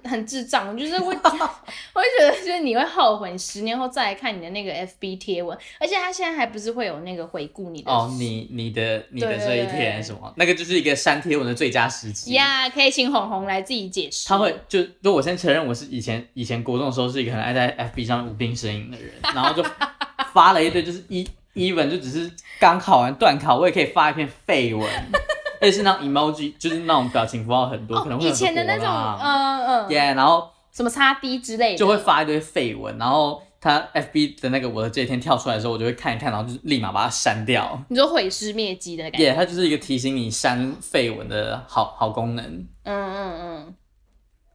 S1: 很智障，我就是会觉得， 我会觉得就是你会后悔，你十年后再来看你的那个 FB 贴文，而且他现在还不是会有那个回顾你的
S2: 哦，你你的你的
S1: 对
S2: 这一天什么，那个就是一个删贴文的最佳时机。
S1: 呀可以请红红来自己解释。
S2: 他会就就我先承认我是以前以前国中的时候是一个很爱在 FB 上无病呻吟 的人，然后就发了一堆就是一 even 就只是刚考完段考，我也可以发一篇 废文，而且是那种 emoji，就是那种表情符号很多，可
S1: 哦
S2: 能，会
S1: 以
S2: 有很多
S1: 前的那种，
S2: 啦
S1: 嗯嗯，
S2: yeah，然后
S1: 什么擦 D 之类的，
S2: 就会发一堆绯闻，然后他 FB 的那个我的这一天跳出来的时候，我就会看一看，然后就是立马把它删掉。
S1: 你说毁尸灭迹的感觉，
S2: 耶、它就是一个提醒你删绯闻的好好功能。
S1: 嗯嗯嗯，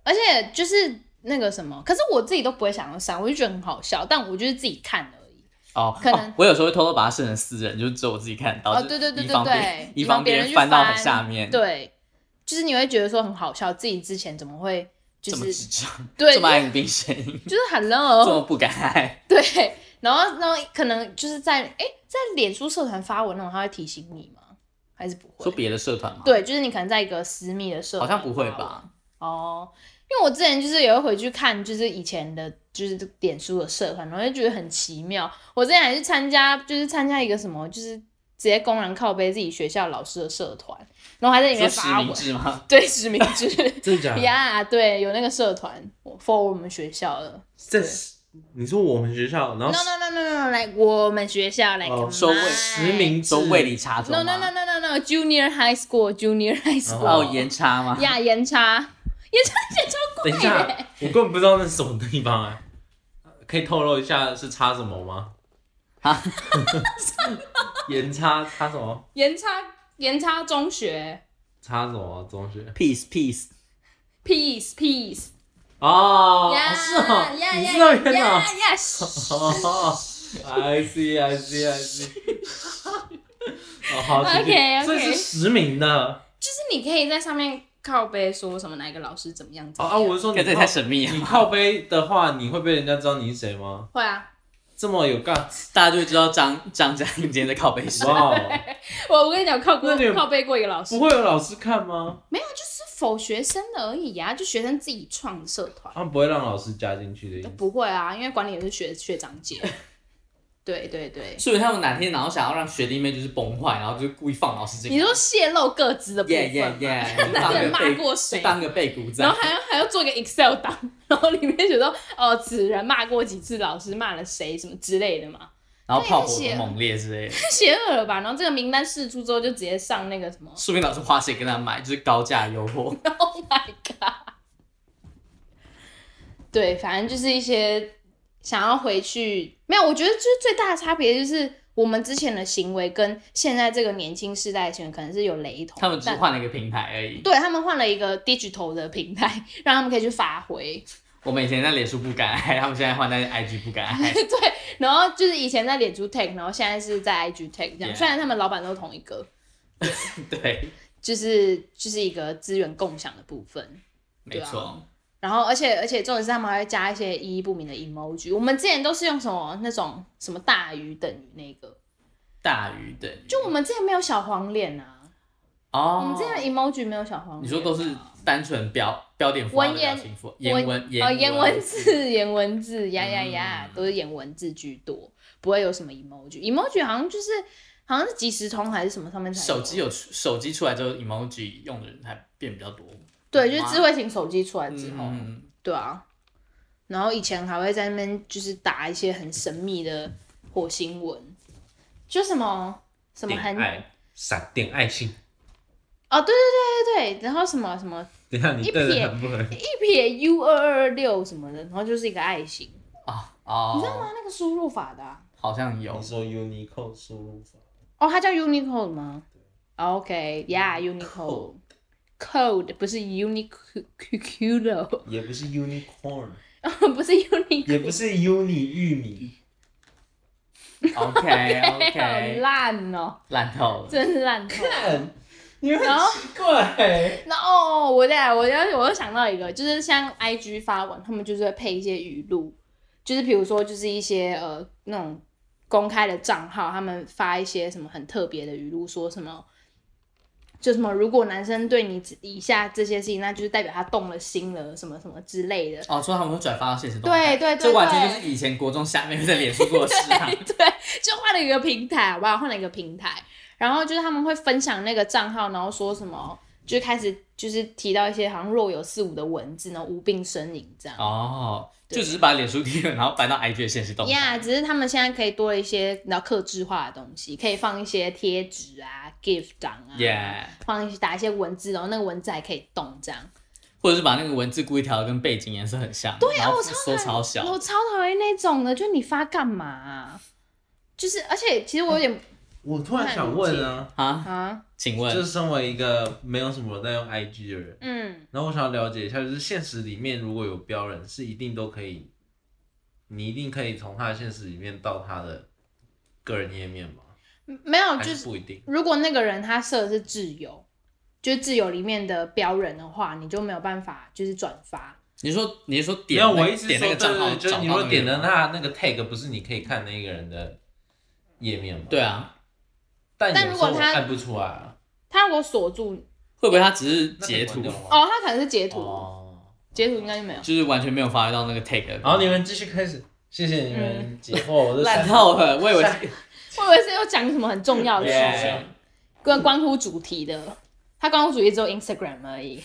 S1: 而且就是那个什么，可是我自己都不会想要删，我就觉得很好笑，但我就是自己看而已。
S2: 哦，
S1: 可能
S2: 哦我有时候会偷偷把它设成私人，就是只有我自己看得到。
S1: 哦，
S2: 就
S1: 对对对
S2: 以
S1: 对
S2: 防别
S1: 对，
S2: 以
S1: 防
S2: 防
S1: 别
S2: 别
S1: 人去
S2: 翻到很
S1: 翻
S2: 下面。，
S1: 对，就是你会觉得说很好笑，自己之前怎么会就
S2: 这么
S1: 是
S2: 智障，
S1: 对，
S2: 这么
S1: 就哦
S2: 爱无病呻吟，
S1: 就是
S2: 这
S1: hello，
S2: 么不敢爱。
S1: 对，然后然后可能就是在哎在脸书社团发文那种，他会提醒你吗？还是不
S2: 说
S1: 会？
S2: 别的社团吗？，
S1: 对，就是你可能在一个私密的社
S2: 好
S1: 团，
S2: 像不会？吧？
S1: 哦，因为我之前就是也会回去看，就是以前的，就是脸书的社团，然后就觉得很奇妙。我之前还去参加，就是参加一个什么，就是直接公然靠背自己学校老师的社团，然后还在里
S2: 说
S1: 面
S2: 实
S1: 发文
S2: 名，制吗？
S1: 对，实名制。
S4: 真的假的？
S1: 呀对，有那个社团我 for 我们学校的。
S4: 这是你说我们学校，然后
S1: No no no no no，来、like, 我们学校来、like,
S4: 哦
S2: 收尾
S4: 实名。制
S2: 说为你查中
S1: No
S2: 吗？
S1: no no no no no，junior high school，junior high school。
S2: 哦，严查吗？
S1: 呀，严查，严查检超贵
S4: 等一下，我根本不知道那是什么地方啊，可以透露一下是插什么吗？
S2: 啊，
S4: 盐插插什么？
S1: 严查严查中学
S4: 插什么中学？
S2: peace peace，
S1: ，peace peace。
S4: 哦，
S1: 呀
S4: 是哦，
S1: 呀
S4: 你是那
S1: 呀
S4: 边的哦
S1: 呀呀！嘘
S4: 哦。I see, I see, I see。哦，好继续
S1: OK，OK
S4: 所以是实名的。啊
S1: 就是你可以在上面靠背说什么哪个老师怎么样怎
S4: 哦
S1: 么
S4: 啊，
S1: 样。
S4: 我是说
S2: 这
S4: 你
S2: 也
S4: 靠
S2: 太神秘
S4: 你
S2: 了，
S4: 靠背的话，你会被人家知道你是谁吗？
S1: 会啊，
S4: 这么有 guts，
S2: 大家就会知道张张嘉颖今天在靠背谁。
S4: 哇哦！
S1: 我我跟你讲，靠过
S4: 那你有
S1: 靠背过一个老师
S4: 不，会有老师看吗？
S1: 没有，就是否学生的而已呀、啊就学生自己创的社团。
S3: 他们不会让老师加进去的意思。
S1: 不会啊，因为管理也是学学长 姐。对对对，
S2: 说不定他们哪天然后想要让学弟妹就是崩坏，然后就故意放老师进
S1: 你
S2: 来。
S1: 说泄露各自的部分
S2: 耶耶耶！就
S1: 那
S2: 当
S1: 个人
S2: 个
S1: 骂
S2: 背
S1: 过谁
S2: 就当个背骨仔
S1: 然。后还要还要做一个 Excel 档，然后里面写说哦，此人骂过几次，老师骂了谁什么之类的嘛，
S2: 然后炮火很猛烈之类的，
S1: 太邪恶了吧？然后这个名单释出之后，就直接上那个什么
S2: 说明老师花钱跟他买，就是高价诱惑。
S1: ，Oh my god！对，反正就是一些想要回去，没有，我觉得就是最大的差别就是我们之前的行为跟现在这个年轻世代的行为可能是有雷同，
S2: 他们只
S1: 但
S2: 是换了一个平台而已。
S1: 对他们换了一个 digital 的平台，让他们可以去发挥。
S2: 我们以前在脸书不敢爱，他们现在换在 IG 不敢 爱。
S1: 对，啊然后就是以前在脸书 take，然后现在是在 IG take 这样。
S2: Yeah
S1: 虽然他们老板都同一个，
S2: 对，
S1: 就是就是一个资源共享的部分。
S2: 没错。
S1: 然后，而且而且重点是他们还会加一些意义不明的 emoji。我们之前都是用什么那种什么大于等于那个，
S2: 大于等于
S1: 就我们之前没有小黄脸啊，
S2: 哦，
S1: 我们之前的 emoji 没有小黄脸啊、
S2: 你说都是单纯标标点符号的
S1: 文言
S2: 表情符，言文
S1: 哦，
S2: 言
S1: 颜文字，颜文字，呀呀呀，
S2: 嗯
S1: 都是颜文字居多，不会有什么 emoji。emoji 好像就是好像是即时通还是什么上面才有
S2: 手机有出手机出来之后，emoji 用的人还变比较多。
S1: 对，就是
S2: 哇
S1: 智慧型手机出来之后，
S2: 嗯，
S1: 对啊，然后以前还会在那边就是打一些很神秘的火星文，就什么什么
S3: 点
S1: 很
S3: 爱闪电爱心，
S1: 哦，对对对对对，然后什么什么
S3: 等一下你对
S1: 一撇
S3: 的很不合理。
S1: 一撇 U 二二六什么的，然后就是一个爱心，
S2: 啊
S1: 你知道吗
S2: 哦，？
S1: 那个输入法的啊、
S2: 好像有
S3: 你，说 Unicode 输入法，
S1: 哦，它叫 Unicode 吗？OK，Yeah，Unicode。Code 不是 Uniqlo，
S3: 也不是 Unicorn，
S1: 不是 Uniqlo，
S3: 也不是 Uni 玉 米，
S2: OK
S1: 好
S2: OK，
S1: 烂哦，
S2: 烂透了。
S1: 真是烂透了。
S3: 你们
S1: 然后
S3: 奇怪。
S1: 那哦，我在我要我又想到一个，就是像 I G 发文，他们就是会配一些语录，就是比如说就是一些呃那种公开的账号，他们发一些什么很特别的语录，说什么就什么如果男生对你以下这些事情，那就是代表他动了心了，什么什么之类的。
S2: 哦，说他们会转发到现实动
S1: 对
S2: 态，
S1: 对对
S2: 这完全
S1: 对
S2: 就是以前国中下面会在脸书做的事啊。
S1: 对，就换了一个平台，好不好？换了一个平台，然后就是他们会分享那个账号，然后说什么，就开始就是提到一些好像若有似无的文字，然后无病呻吟这样。
S2: 哦，就只是把脸书贴了，然后搬到 IG 的现实动
S1: 呀
S2: 态。
S1: 只是他们现在可以多了一些比较克制化的东西，可以放一些贴纸啊、gift 档啊
S2: Yeah，
S1: 放一些打一些文字，然后那个文字还可以动这样。
S2: 或者是把那个文字故意调的跟背景颜色很像，对
S1: 啊
S2: 然后
S1: 我
S2: 缩超小，
S1: 我超讨厌那种的，就你发干嘛啊、就是，而且其实我有点
S3: 我突然想问啊，
S2: 啊？
S1: 啊，
S2: 请
S3: 就
S2: 问
S3: 是身为一个没有什么在用 IG 的人，
S1: 嗯，
S3: 然后我想要了解一下，就是现实里面如果有标人，是一定都可以，你一定可以从他的现实里面到他的个人页面吗？
S1: 没有，
S3: 还
S1: 哦就是
S3: 不一定。
S1: 如果那个人他设的是自由，就是自由里面的标人的话，你就没有办法就是转发。
S2: 你说你是说
S3: 没
S2: 点
S3: 有，
S2: 那
S3: 我意思是
S2: 点那
S3: 说，
S2: 个
S3: 对
S2: 账号
S3: 对，
S2: 找到那个人吗，
S3: 就是你如果点了他那个 tag，不是你可以看那个人的页面吗？
S2: 对，啊，
S3: 但
S1: 但
S3: 有
S1: 如
S3: 时
S1: 果
S3: 候我
S1: 他
S3: 看不出来啊，
S1: 他如果锁住，
S2: 会不会他只是
S3: 那可
S2: 截
S3: 以
S2: 图
S3: 关，掉吗
S1: 哦，他可能是截图，
S3: 哦。
S1: 截图应该就没有。
S2: 就是完全没有发挥到那个 take 的功能。
S3: 然后你们继续开始，谢谢你
S1: 嗯
S3: 们解惑我的
S2: 烂
S3: 三
S2: 透了，我以为
S3: 三
S1: 我以为是要讲什么很重要的事情
S2: Yeah
S1: 关关乎主题的，他关乎主题只有 Instagram 而 已。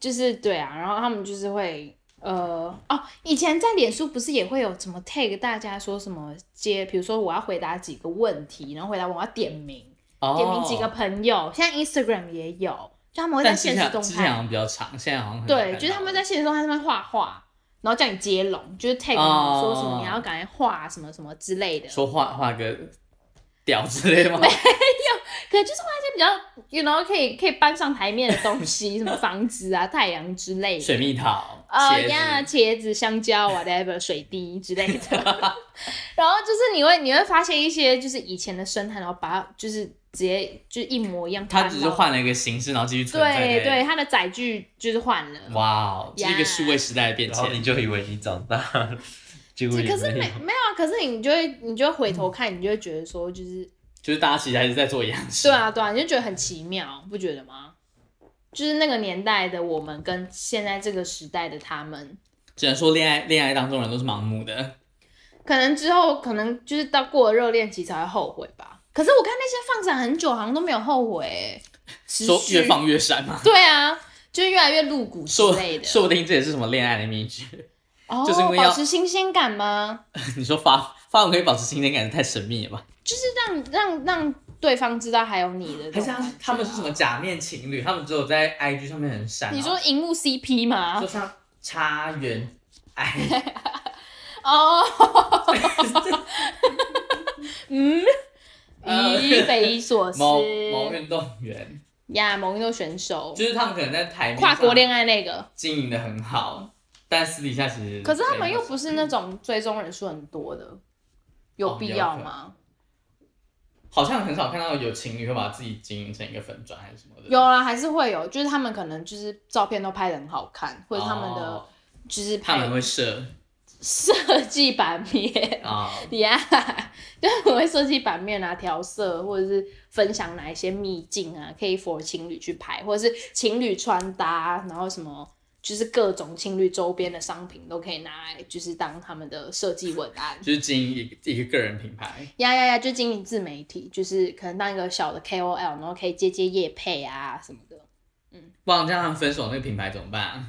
S1: 就是对啊，然后他们就是会呃哦，以前在脸书不是也会有什么 tag 大家说什么接，比如说我要回答几个问题，然后回答我要点名，点名几个
S2: 哦，
S1: 朋友，现在 Instagram 也有，就他们会在
S2: 但之
S1: 现
S2: 前
S1: 实动
S2: 之前好
S1: 态，
S2: 像比较长，现在好像很少
S1: 对，
S2: 看
S1: 就是他
S2: 到
S1: 们在现实动态上面画画，然后叫你接龙，就是 tag 你
S2: 哦
S1: 说什么你要赶快画什么什么之类的，
S2: 说画画个屌之类的吗？
S1: 可能就是画一些比较，you know，可以可以搬上台面的东西， 什么房子啊、太阳之类的。
S2: 水蜜桃，
S1: 呃呀，
S2: 茄子，
S1: 茄子、香蕉、whatever、水滴之类的， 然后就是你会你会发现一些就是以前的生态，然后把它就是直接就一模一样搬
S2: 他
S1: 到。
S2: 只是换了一个形式，然后继续存在那
S1: 对
S2: 里。
S1: 对，它的载具就是换了。
S2: 哇哦，这是一个数位时代的变
S3: 然后你
S2: 迁。
S3: 就以为你长大了， 结果也
S1: 可是没
S3: 没有。
S1: 没有啊，可是你就会你就会回头看，你就会觉得说，就是
S2: 就是大家其实还是在做一样事。
S1: 对啊对啊，你就觉得很奇妙，不觉得吗？就是那个年代的我们跟现在这个时代的他们，
S2: 只能说恋爱恋爱当中人都是盲目的，
S1: 可能之后可能就是到过了热恋期才会后悔吧。可是我看那些放闪很久，好像都没有后悔、欸，持
S2: 说
S1: 续
S2: 越放越闪嘛。
S1: 对啊，就是越来越露骨之
S2: 说
S1: 类的，
S2: 说不定这也是什么恋爱的秘诀。
S1: 哦，
S2: 就是因为要
S1: 保持新鲜感吗？
S2: 你说发发文可以保持新鲜感，太神秘了吧？
S1: 就是让让让对方知道还有你的这
S2: 还
S1: 种
S2: 是
S1: 感觉，
S2: 他们他们是什么啊假面情侣？他们只有在 IG 上面很闪。
S1: 你
S2: 然
S1: 说啊荧幕 CP
S2: 后
S1: 吗
S2: 就？像叉圆哎 I，
S1: 哦，嗯，
S2: 呃
S1: 咦，匪夷所思
S2: 某某运动员，
S1: 呀，某运动选手，
S2: 就是他们可能在台面
S1: 跨国
S2: 上
S1: 恋爱那个，
S2: 经营的很好，但私底下其实
S1: 可是他们又
S2: 是
S1: 不是那种追踪人数很多的，
S2: 哦
S1: 有必要吗？
S2: 好像很少看到有情侣会把自己经营成一个粉砖还是什么的。
S1: 有啦，还是会有，就是他们可能就是照片都拍的很好看，或者他们的
S2: 哦
S1: 就是
S2: 他
S1: 拍
S2: 们会设
S1: 设计版面。
S2: 啊，
S1: 呀、 就是我会设计版面啊、调色，或者是分享哪一些秘境啊，可以 for 情侣去拍，或者是情侣穿搭，然后什么就是各种情侣周边的商品都可以拿来，就是当他们的设计文案。
S2: 就是经营一个一个个人品牌。
S1: 呀呀呀，就经营自媒体，就是可能当一个小的 KOL，然后可以接接业配啊什么的，
S2: 不然这样他们分手那个品牌怎么办、啊？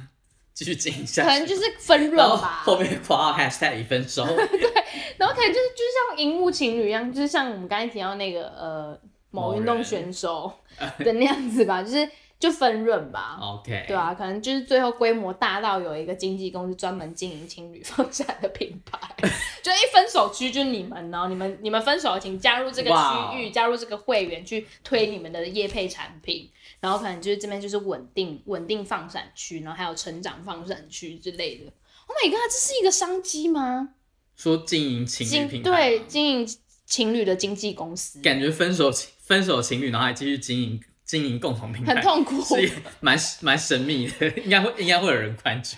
S2: 继续经营下
S1: 可
S2: 去，
S1: 能就是分润
S2: 然后
S1: 吧。
S2: 后面括号 hashtag 已分 手，
S1: 然后可能就是就像荧幕情侣一样，就是像我们刚才提到那个呃某
S2: 某
S1: 运动
S2: 人
S1: 选 手的那样子吧，就是就分润吧。
S2: OK，
S1: 对，啊，可能就是最后规模大到有一个经纪公司专门经营情侣放闪的品牌， 就一分手区就是你们哦，你们你们分手请加入这个
S2: 哇哦
S1: 区域，加入这个会员去推你们的业配产品，然后可能就是这边就是稳定稳定放闪区，然后还有成长放闪区之类的。Oh my god，这是一个商机吗？
S2: 说经营情侣
S1: 经
S2: 品牌
S1: 对
S2: 嘛，
S1: 经营情侣的经纪公司
S2: 感觉分手分手情侣，然后还继续经营经营共同品牌，
S1: 很痛苦，
S2: 是一蛮蛮神秘的，应该会应该会有人 关注。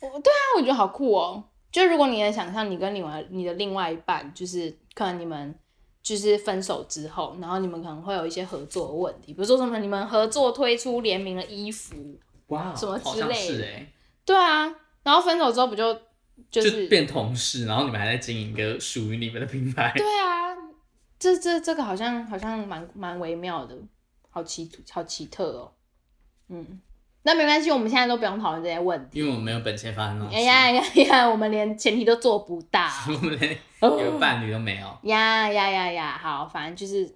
S1: 我觉得好酷哦！就如果你能想象你跟另外你的另外一半，就是可能你们就是分手之后，然后你们可能会有一些合作的问题，比如说什么你们合作推出联名的衣服，
S2: 哇，
S1: 什么
S2: 好
S1: 之
S2: 像
S1: 类
S2: 是
S1: 的
S2: 哎、
S1: 对啊，然后分手之后不就就
S2: 就是变同事，然后你们还在经营一个属于你们的品牌，
S1: 对啊，这这这个好像好像蛮蛮微妙的，好奇好奇特哦，嗯，那没关系，我们现在都不用讨论这些问题。
S2: 因为我们没有本钱发生东西，
S1: 哎呀呀呀，我们连前提都做不到。
S2: 我们连
S1: 哦
S2: 有伴侣都没有。
S1: 呀呀呀呀，好，反正就是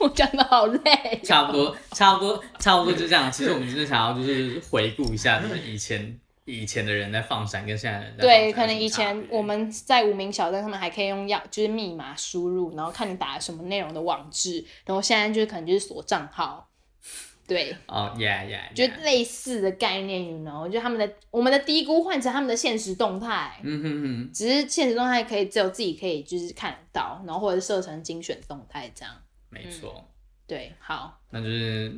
S1: 我讲的好累，
S2: 差不多，差不多，差不多就这样。其实我们真的想要就是回顾一下，就是以前以前的人在放闪跟现在的人在放闪
S1: 对，
S2: 有
S1: 可能
S2: 什么
S1: 以
S2: 差别
S1: 前我们在无名小站上面还可以用钥，就是密码输入，然后看你打了什么内容的网址，然后现在就是可能就是锁账号，对，
S2: 哦，yeah yeah，,
S1: 就
S2: yeah
S1: 类似的概念，you know，就他们的我们的低估换成他们的现实动态，
S2: 嗯哼哼，
S1: 只是现实动态可以只有自己可以就是看得到，然后或者是设成精选动态这样，
S2: 没错，
S1: 对，好，
S2: 那就是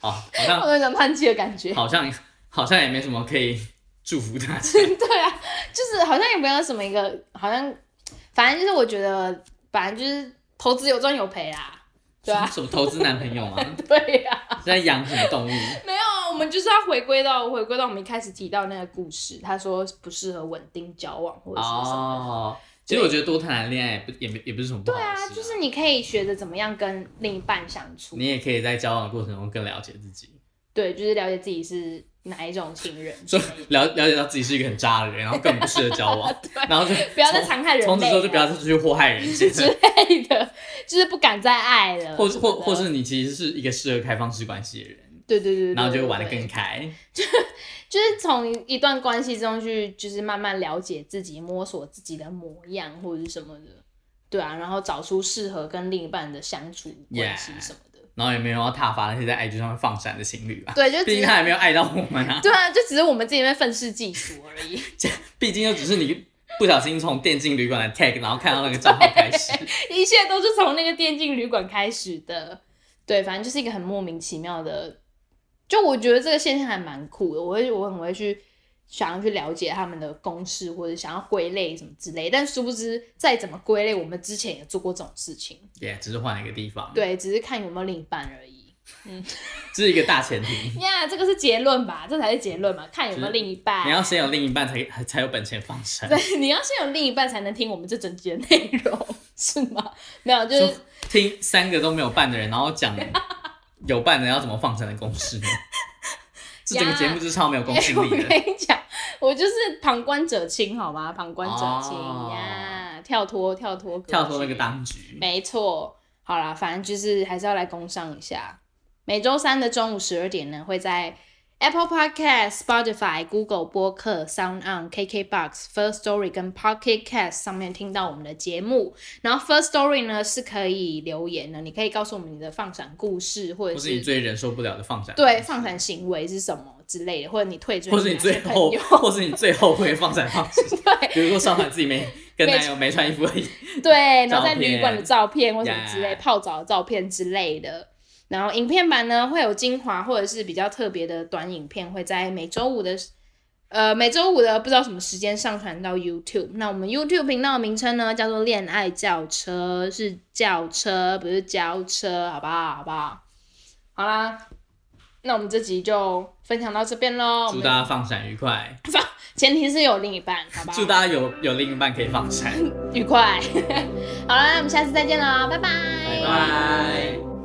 S2: 哦，好
S1: 我
S2: 像
S1: 有一种叹气的感觉。
S2: 好像好像也没什么可以祝福大家。
S1: 对啊，就是好像也没有什么一个，好像反正就是我觉得，反正就是投资有赚有赔啦， 对啊，
S2: 什么投资男朋友 吗？
S1: 对呀、啊，
S2: 是在养什么动物？
S1: 没有，我们就是要回归到回归到我们一开始提到那个故事，他说不适合稳定交往或者是什么的。
S2: 哦，其实我觉得多谈谈恋爱也不也没也不是什么不
S1: 对
S2: 好的事、
S1: 啊，就是你可以学着怎么样跟另一半相处
S2: 你，也可以在交往的过程中更了解自己。
S1: 对，就是了解自己是哪一种情人，
S2: 说了了解到自己是一个很渣的人，然后更不适合 交往，然后就
S1: 不要再
S2: 从
S1: 残害人类
S2: 从此之后就不要再出去祸害人间，
S1: 类的， 就是不敢再爱了，
S2: 或
S1: 什么
S2: 或
S1: 的
S2: 或是你其实是一个适合开放式关系的人，
S1: 对对对对，
S2: 然后就会玩
S1: 对
S2: 的
S1: 对
S2: 更开。
S1: 就是从一段关系中去，就是慢慢了解自己，摸索自己的模样或者是什么的，对啊，然后找出适合跟另一半的相处关系
S2: Yeah
S1: 什么的
S2: 然后也没有要挞伐那些在 IG 上面放闪的情侣吧，
S1: 对，就
S2: 毕
S1: 只
S2: 竟他
S1: 是
S2: 也没有爱到我们啊，
S1: 对啊，就只是我们自己在愤世嫉俗而已，
S2: 毕竟就只是你不小心从电竞旅馆的 tag，然后看到那个账号开始，
S1: 一切都是从那个电竞旅馆开始的，对，反正就是一个很莫名其妙的，就我觉得这个现象还蛮酷的，我会我很会去。想要去了解他们的公式，或者想要归类什么之类，但殊不知再怎么归类，我们之前也做过这种事情。
S2: 也、只是换了一个地方。
S1: 对，只是看有没有另一半而已。
S2: 这是一个大前提。
S1: 呀这个是结论吧？这才是结论嘛，看有没有另一半。
S2: 你要先有另一半才才有本钱放生，
S1: 哎对， 你要先有另一半才能听我们这整集的内容， 是吗？没有，就是
S2: 说听三个都没有伴的人，然后讲有伴的人要怎么放生的公式呢？这整个节目就是超没有公
S1: 哎、
S2: 信
S1: 我
S2: 力的。
S1: 跟你讲，我就是旁观者清，好吗？旁观者清
S2: 哦
S1: 呀、跳脱跳脱格
S2: 跳脱那个
S1: 局
S2: 当局，
S1: 没错，好啦，反正就是还是要来工商一下。每周三的中午十二点呢，会在 Apple Podcast、Spotify、Google 播客、Sound On、KKBox、First Story 跟 Pocket Cast 上面听到我们的节目。然后 First Story 呢是可以留言的，你可以告诉我们你的放闪故事，或者
S2: 或是你
S1: 是
S2: 最忍受不了的放闪，
S1: 对放闪行为是什么之类的，或者你退追
S2: 或是
S1: 你
S2: 你
S1: 哪
S2: 最
S1: 些朋
S2: 后，
S1: 友
S2: 或是你最后悔放闪放生，
S1: 对
S2: 比如说上海自己没跟
S1: 没
S2: 男友没穿衣服而已，
S1: 对，然
S2: 照
S1: 后在旅馆的
S2: 片
S1: 照片或什么之类，
S2: Yeah
S1: 泡澡的照片之类的。然后影片版呢会有精华或者是比较特别的短影片，会在每周五的呃每周五的不知道什么时间上传到 YouTube。那我们 YouTube 频道的名称呢叫做“恋爱轿车”，是轿车不是轿车，好不好？好不好？好啦，那我们这集就分享到这边喽。我
S2: 祝
S1: 们
S2: 大家放闪愉快，
S1: 前提是有另一半，好不好
S2: 祝？大家有有另一半可以放闪，
S1: 愉快。好啦，那我们下次再见喽，拜拜
S2: 拜拜。